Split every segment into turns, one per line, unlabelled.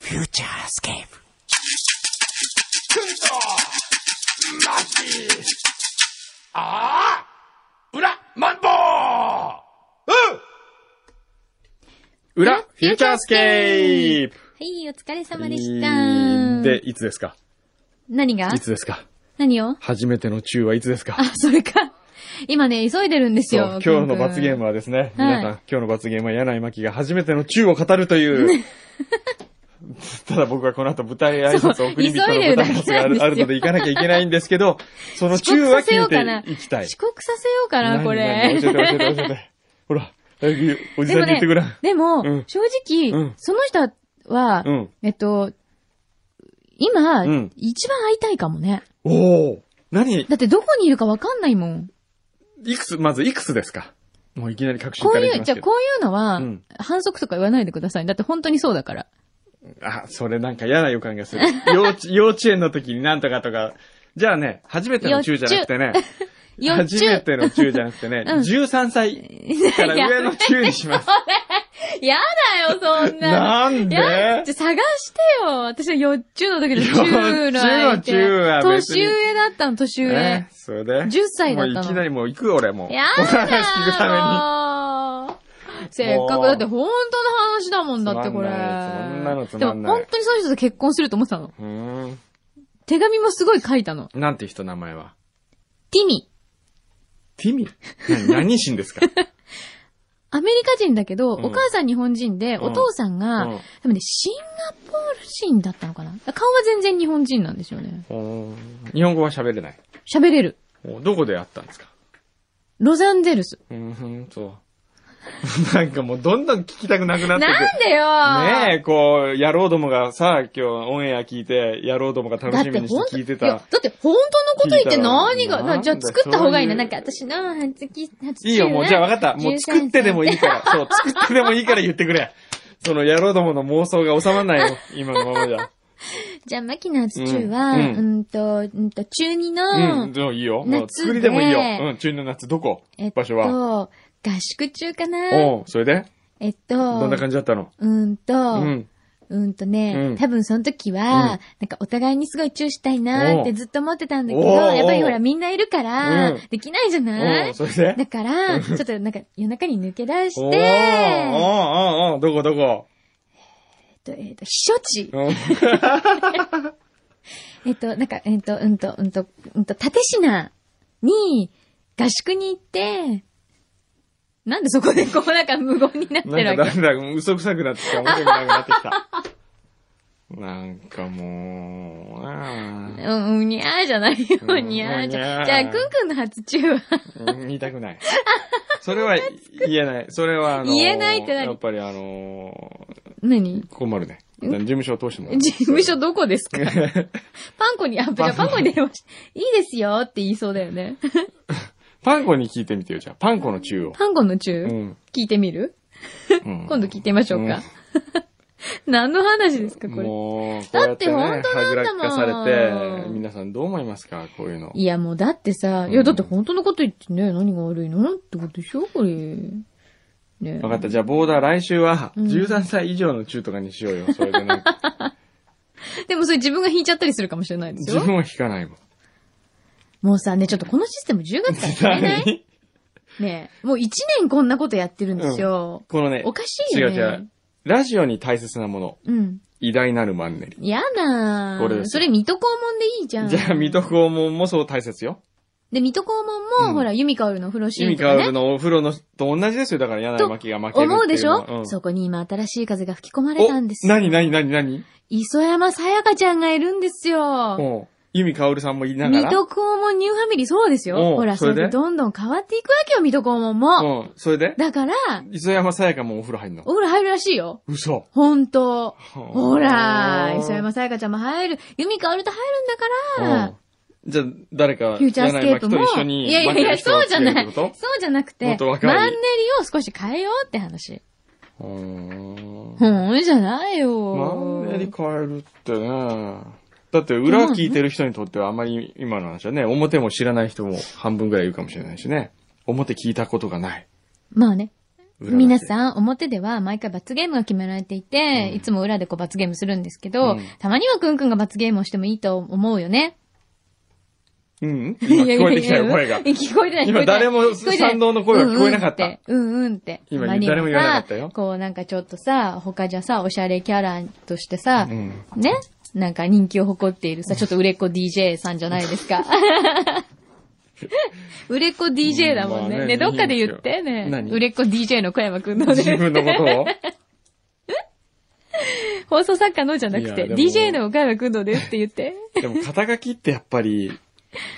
フューチャースケープ。
裏、マンボー裏、フューチャースケープ
はい、お疲れ様でし
い
た。
いで、、いつですか
何が
いつですか
何を
初めての中はいつですか
あ、それか。今ね、急いでるんで
そ
す
う
よ。
今日の罰ゲー
ム。
ムはですね、皆さん、今日の罰ゲームは柳井真紀が初めての中を語ると いう、ただ僕はこの後舞台挨拶を送り人の
そう急
舞
いでる
台挨
だけなんです
拶
よ
があるあるので行かなきゃいけないんですけど、その中は聞いていきたい。
遅刻させようかな、こ
何々
れ。
教えて教えて教えて。ほら、早くおじさ
で
ん
も
に言ってごらん。
ね、 でも、
うん
正直、
うん
その人は、
うん
えっと、今、
うん
一番会いたいかもね。
おお何
だってどこにいるかわかんないもん。
いくつ、まずいくつですかもういきなり確信
こ
か
う
らい
い
き
う、
ま
じ
す
ゃあ
け
こ
ど。
ういうのは、
うん
反則とか言わないでください。だって本当にそうだから。
あ、それなんか嫌な予感がする。 幼稚、幼稚園の時になんとかとか。じゃあね、初めての中じゃなくてね、
幼
初めての中じゃなくてね、
うん
13歳から上の中にします。
やだよ、そんな。
なんで
いや、じゃあ探してよ。私は幼中の時の中の相手。
幼中は中は別に
年上だったの、年上。
ね、それで。
10歳だったの
もういきなりもう行く俺もう。
や
この
だ
話聞くために。
よ。せっかくだって本当の話だもんだってこれ。
つまんないそんなのつまん
で
ない
も本当にその人と結婚すると思ってたの。
うーん。
手紙もすごい書いたの。
なんて人名前は
ティミ。
ティミ何何人です か
アメリカ人だけど、
うん
お母さん日本人で、
うん
お父さんが、
うん
多分ね、シンガポール人だったのかな顔は全然日本人なんですよね。
おー日本語は喋れない。
喋れる。
おどこで会ったんですか
ロサンゼルス。
うん ふん、そう。なんかもうどんどん聞きたくなくなってく
なんでよ
ねえ、こう、野郎どもがさ、今日オンエア聞いて、野郎どもが楽
だっ
しみ
て
に
ほ
し
ん
て
と、
聞いて
いや
た。
だって本当のこと言って何
聞いたら
が、
なん
な
だ
じゃあ作った方がいい
そう
な。
い
な
うん
か私な、はつき、はつ
いいよ、もう、じゃあ分かった。もう作ってでも
い。
いいから、そう、作ってでもいいから言ってくれ。その野郎どもの妄想が収まんないよ、今のままじゃ。
じゃあ、マキナーツ中は、
う
うんんと、うんと、中二
うん、
の、
でもいいよ。もう
夏で
作りでもいいよ。うん、中の夏どこ
えっ
場所は。
と、合宿中かな
おうそれで
えっと、
どんな感じだったの
うん
う
と、
ん。
うんと
う
ね
ん、
多分その時は、なんかお互いにすごいチューしたいなーってずっと思ってたんだけど、
おうおう
やっぱりほらみんないるから
うん、
できないじゃな
おう
い
それで
だから、ちょっとなんか夜中に抜け出し
おーお
て、
ーおーおーどこどこ
えっと、えっと、避暑地。
うん
えっと、なんか、えっと、うんと、うんと、うんと、立品に合宿に行って、なんでそこでこうなんか無言になって
なん
る
か
わ
だ
け
んだん嘘くさくなってきた。面白くなくなってきた。なんかもう、な
うん、うんにゃーじゃないよ、
うん
にゃーじ
うんにゃー
ゃ。じゃあ、くんくんの初中 は、
あうん言いたく ない。それは言えない。それはあの、
言えないって何
やっぱりあの
何
困るね。事務所を通してもらう。
事務所どこですかパンコに、あ、じゃあパンコに電話して、いいですよって言いそうだよね。
パンコに聞いてみてよ、じゃあ。パンコの中を。
パンコの中、
うん。
聞いてみる
うん
今度聞いてみましょうか。 何の話ですか、これ。
もう、こうやってね、
だって本当
は
な
ぐ
ん
ら
だもん
かされて、皆さんどう思いますかこういうの。
いや、もうだってさ、
う
い
ん
や、だって本当のこと言ってね、何が悪いのってことでしょこれ。ね
わかった。じゃあ、ボーダー来週は、
うん
13歳以上の中とかにしようよ。それで なんか、
でもそれ自分が引いちゃったりするかもしれないです
自
よ。
分は引かないもん。
もうさ、ね、ちょっとこのシステム10月から 変えない
何
ねえもう1年こんなことやってるんですよ。
このね、
おかしいよね。
違う違う。ラジオに大切なもの。
うん。
偉大なるマンネリ。
やだ
これで
ー。
す
それ、水戸黄門でいいじゃん。
じゃあ、水戸黄門もそう大切よ。
で、水戸黄門
う
も、
ん
ほら、弓香るの風呂シ
意
ーン
味
と
変
か
わる
ね。
のお風呂のと同じですよ。だから、柳巻が負けるっていうの
思
は
うでしょ、
うん、
そこに今新しい風が吹き込まれ
お
たんです。
何何何何
磯山さやかちゃんがいるんですよ。
うん。由美かおるさんもいなが
水
ら。
戸黄門ニューファミリー、そうです
おう
よ。ほら、
そ
そ
れ
れ
で
でどんどん変わっていくわけよ、水戸黄門も。
うん。それで
だから、
磯山さやかもお風呂入んの
お。風呂入るらしいよ。
嘘。
ほんと。
ほう
ほら、磯山さやかちゃんも入る。ユミカオルと入るんだから。
うんじゃあ、誰か、
フューチャースケープも。
柳巻と一緒に。
いやいやいや、そうじゃない。そう
う
じゃなく
も
て
っ、と若い
マンネリを少し変えようって話。
ーん。
ほんじゃないよ。
マンネリ変えるってね。だって裏聞いてる人にとってはあんまり今の話はね、表も知らない人も半分ぐらいいるかもしれないしね。表聞いたことがない。
まあね。
裏
皆
ん。
さん、表では毎回罰ゲームが決められていて、
うん
いつも裏でこう罰ゲームするんですけど、
うん
たまにはくんくんが罰ゲームをしてもいいと思うよね。
うん今聞こえてき たよ、声が。
聞こえてない、
今
聞こえてない。
誰も
聞こえてない
賛同の声が聞こえなかった。。
うんうんって。うんうんって
今誰も言わなかったよ
たまにはさこうなんかちょっとさ、他じゃさ、おしゃれキャラとしてさ、
うん
ねなんか人気を誇っているさ、ちょっと売れっ子 DJ さんじゃないで すか。売れっ子 DJ だもんね。
まあ
ね
ね
どっかで言ってね
いいんですよ。何
売れっ子 DJ の小山くんのね。
自分のことを
放送作家のじゃなく
いや
て、
でも
DJ の岡山くんのですって言 って。
でも肩書きってやっぱり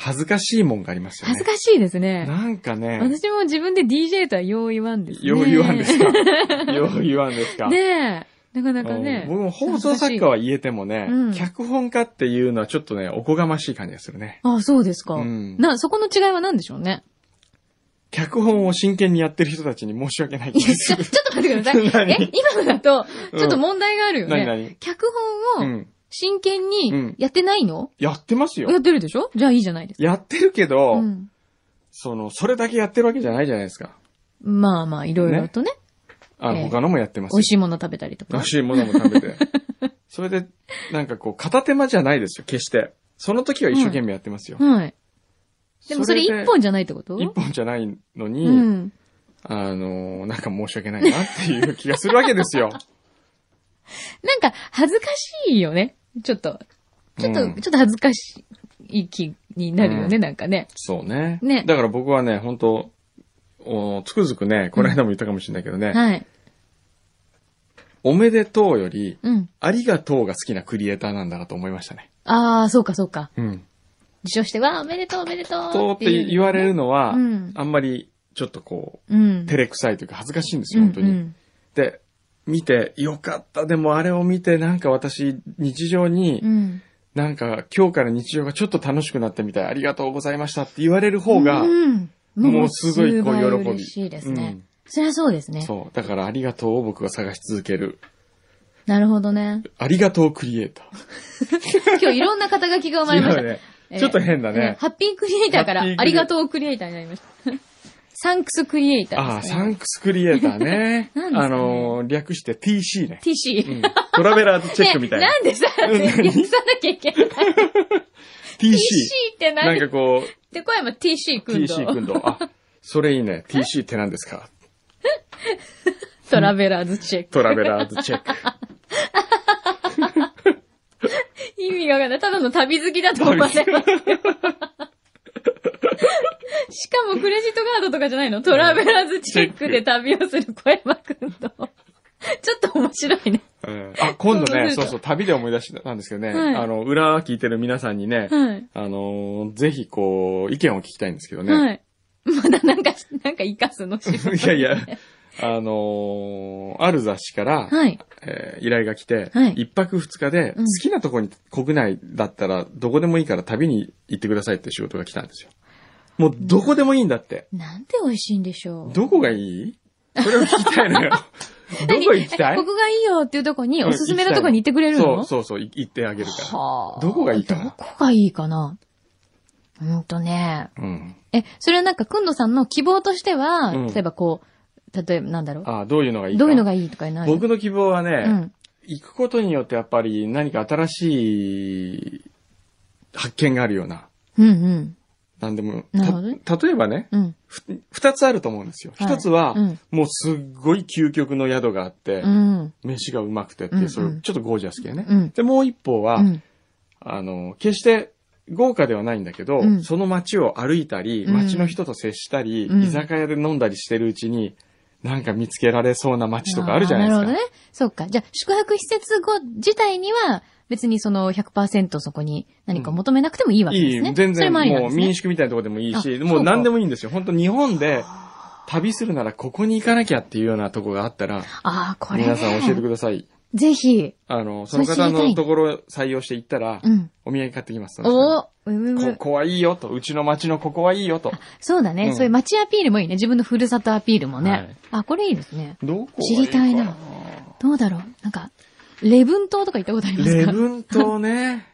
恥ずかしいもんがありますよね。
恥ずかしいですね。
なんかね、
私も自分で DJ とはよう言わんですね。
よう言わんですか。よう言わんですか。
ねえ。なかなか
う
ね
ん。僕も放送作家
は。
は言えてもね、
うん
脚本家っていうのはちょっとね、おこがましい感じがするね。
あ、そうですか。
うん
な、そこの違いは何でしょ うね。
脚本を真剣にやってる人たちに申し訳ない
い
気
や、
が
ち
す
ょ、ち
る
ょっ。と待ってください。
何
え、今のだと、ちょっと問題があるよ
何
ね。
何
脚
う
本を
ん。
真剣
う
に
ん
やってないの、
やってます
や
よ。
ってるでしょじゃあいいじゃないですか。
やってるけど、
うん。
その、それだけやってるわけじゃないじゃないですか。
まあまあ、いろいろとね
あの、
ええ
他のもやってます
美
よ
味しいもの食べたりと
美
か
味。しいものも食べて。それで、なんかこう、片手間じゃないですよ、決して。その時は一生懸命やってますよ。
はい。でもそれ一本じゃないってこと
で一本じゃないのに、
うん。
あのーなんか申し訳ないなっていう気がするわけですよ。
なんか、恥ずかしいよね。ちょっと。 ちょっと、
うん
ちょっと恥ずかしい気になるよね、
う
なんかね。
そうね。
ね
だから僕はね、本当おつくづくね、この間も言ったかもしれないけどね、
はい。
おめでとうより、
うん。
ありがとうが好きなクリエイターなんだなと思いましたね。
ああ、そうか、そうか。
うん。
受賞して、わあ、おめでとう、おめでとう。
とうって言われるのは、
うん
あんまりちょっとこ
う
う、
ん。
照れくさいというか恥ずかしいんですよ、本当に。
うん
で、見て、よかった。でもあれを見て、なんか私、日常に、
うん。うん
なんか今日から日常がちょっと楽しくなったみたい。ありがとうございましたって言われる方が、
うん
もうすごいこう喜び
数倍嬉しいですね。そりゃそうですね。
そう。だからありがとうを僕は探し続ける。
なるほどね。
ありがとうクリエイタ
今日いろんな肩書きが生ま
ー。
れました。
ね
えー
ちょっと変だ
ね
ね。
ハッピークリエイターから、
ハッピークリエイ
ありがとうクリエイターになりました。サンクスクリエイターです、ね。。
ああ、サンクスクリエイターね
何ですかね
あのー、略して TC ね。
TC。
うんトラベラーズチェックみたいな
ね。なんでさ、
うん
訳さなきゃいけな
TC
い。TC。って何
なんかこう、
で、小山 TC くん
TC
と
くんと。あ、それいいね。TC って何ですか
トラベラーズチェック。
トラベラーズチェッ ク。
意味がわかんない。ただの旅好きだと思われますよ。しかもクレジットカードとかじゃないのトラベラーズチェックで旅をする小山くんと。ちょっと面白いね。
うんあ、今度ね、そう
そそうそう
うそう、旅で思い出したんですけどね、
はい
あの、裏聞いてる皆さんにね、
はい。
あのーぜひこう、意見を聞きたいんですけどね。
はい。まだなんか、なんか生かすの仕事
いやいや、あのーある雑誌から、
はい。
えー依頼が来て、
はい
一泊二日で、
う
好
ん
きなとこに、国内だったら、どこでもいいから旅に行ってくださいって仕事が来たんですよ。もう、どこでもいいんだって。
なんて美味しいんでしょう。
どこがいいそれを聞きたい のよ。どこ行きたい
ここがいいよっていうとこに、おすすめのとこに行ってくれるの、
そうそうそう、い行ってあげるか
はあ。
どこがいいかな
どこがいいかなうんとね。
ら。うん。
え、それはなんか、くんどさんの希望としては、
うん
例えばこう、例えばなんだろう。
ああ、どういうのがいいか。
どういうのがいいとかない
僕の希望はね、
うん。
行くことによってやっぱり何か新しい発見があるような、
うんうん。
なんでも、
なるほどね
た例えばね、
うん。
ふ二つあると思うんですよ。
はい
一つは、
うん
もうすっごい究極の宿があって、
うん。
飯がうまくてって
う
い
んう
う、
ん
それちょっとゴージャス系ね。
うん
で、もう一方は、
うん。
あの、決して豪華ではないんだけど、
うん
その街を歩いたり、
うん
街の人と接したり、
うん
居酒屋で飲んだりしてるうちに、なんか見つけられそうな街とかあるじゃないです
あ
か。
ーなるほどね。そっか。じゃあ、宿泊施設ご自体には、別にその100%そこに何か求めなくてもいいわけですね。
いい、全
それ
然
も
も
ありなんで
う
すね
民。宿みたいなところでもいいし、
あ
も
そううか
何でもいいんですよ。本当日本で旅するならここに行かなきゃっていうようなとこがあったら、
ああ、これ、ね。
皆さん教えてください。
ぜひ。
あの、
そ
そ
れ
の
知りたい
方のところを採用して行ったら
う、ん。
お土産買ってきます。
お
こ
おうむむ
こはいいよと、うちの町のここはいいよと。
そうだね、
うん
そういう街アピールもいいね。自分のふるさとアピールもね。
はい
あ、これいいですね。
どこが
知りたいな
か
どうだろうなんか、レブン島とか行ったことあります
レ
か
ブン島ね。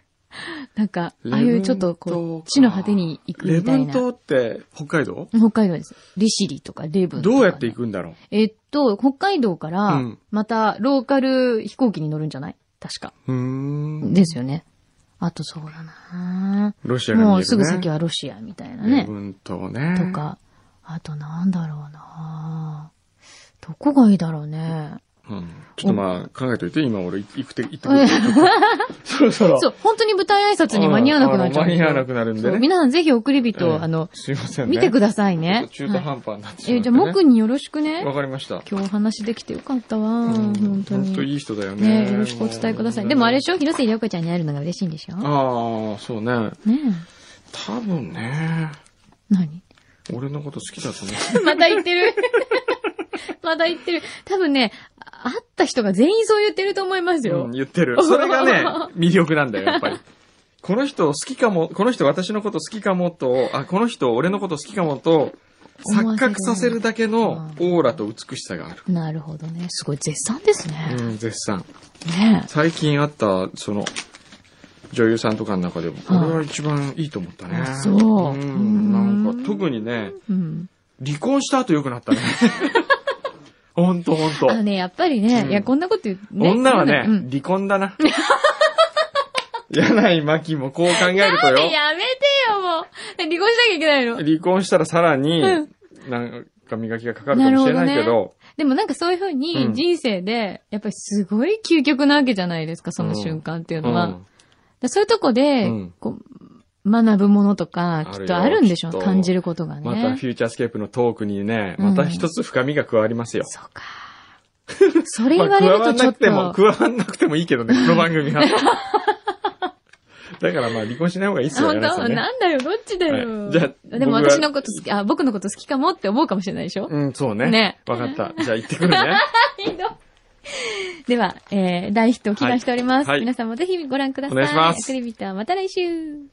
なんか、 ああいうちょっと
礼文島か
こう、地の果てに行く
礼
みたい
文
な。
島って北海道
北海道です。利尻とか礼文とか、
どうやって行くんだろう
えっと、北海道か
う
ら
ん、
またローカル飛行機に乗るんじゃない確か。
うーん。
ですよね。あとそうだな
ロシアが見える、ね。
もうすぐ先はロシアみたいな
礼
ね。
文島ね。
と。か。あとなんだろうなどこがいいだろうね。
うん。ちょっとまあ、考えといて、今俺、行くて、行ってくる。 そろそろ。
そう、本当に舞台挨拶に間に合わなくなっちゃう。
あの間に合わなくなるんでね
そう皆さんぜひ送り人
ええ
を、あの、
すいませんね。
見てください
ちょ
ね
っ。と中途
はい
半端になってしま
え
っ
じ
て、
ゃあ、
ね。
もくによろしくね。
わかりました。
今日お話できてよかったわ。
うん
本当
本当
に。
いい人だよね。
ねよろしくお伝えください。でもあれでしょ広瀬涼子ちゃんに会えるのが嬉しいんでしょ
ああ、そうね。
ねえ。
多分ね、
何
俺のこと好きだと思
また言ってる。 また言ってる。多分ね、会った人が全員そう言ってると思います
う。う
よ
ん。言ってる。それが ね、魅力なんだよ、やっぱり。この人好きかも、この人私のこと好きかもと、あ、この人俺のこと好きかもと、
思わ
錯
せる
覚させるだけのオーラと美しさがある。
なるほどね。すごい絶賛ですね。
うん、絶賛。
ね
最近あった、その、女優さんとかの中で、俺は一番いいと思ったね。
あそう
うん、な
うんん
か、特にね、
え。うん。
離婚した後良くな ったね。ほんとほんと
あ。のね、やっぱりね、
うん
いや、こんなこと言う、ね。
女はね、
うん
離婚だ な。柳井真紀もこう考えると
なん
よ
で、やめてよ、もう。え離婚しなきゃいけないの。
離婚したらさらに
う、
なんか磨きがかかるかもしれないけ
なる
ど、
でもなんかそういうふう
う
に
ん
人生で、やっぱりすごい究極なわけじゃないですか、その瞬間っていうのは。
うん
でそういうとこで、
うん
こう、学ぶものとか、きっとあるんでしょ
あるよ
う、
きっと
感じることがね。
またフューチャースケープのトークにね、また一つ深みが加わりますよ。
そうか。それ言
まあ、
わ
加
れる
わ
と
ん
ちょ
な
っ
く
と、
ても、加わんなくてもいいけどね、この番組 は。だからまあ離婚しない方がいいっすよ、
本
柳井さ
当
んね。
なんだよ、どっちだよ。
はいじゃあ
でも
僕は
私のこと好き、あ、僕のこと好きかもって思うかもしれないでしょ、
うん、そうね。
ね
わかった。じゃあ行ってくるね。
ひどいでは、えー、大ヒットを祈願しております。
はいはい
皆さんもぜひご覧ください。
お願いします
アクリビットはまた来週。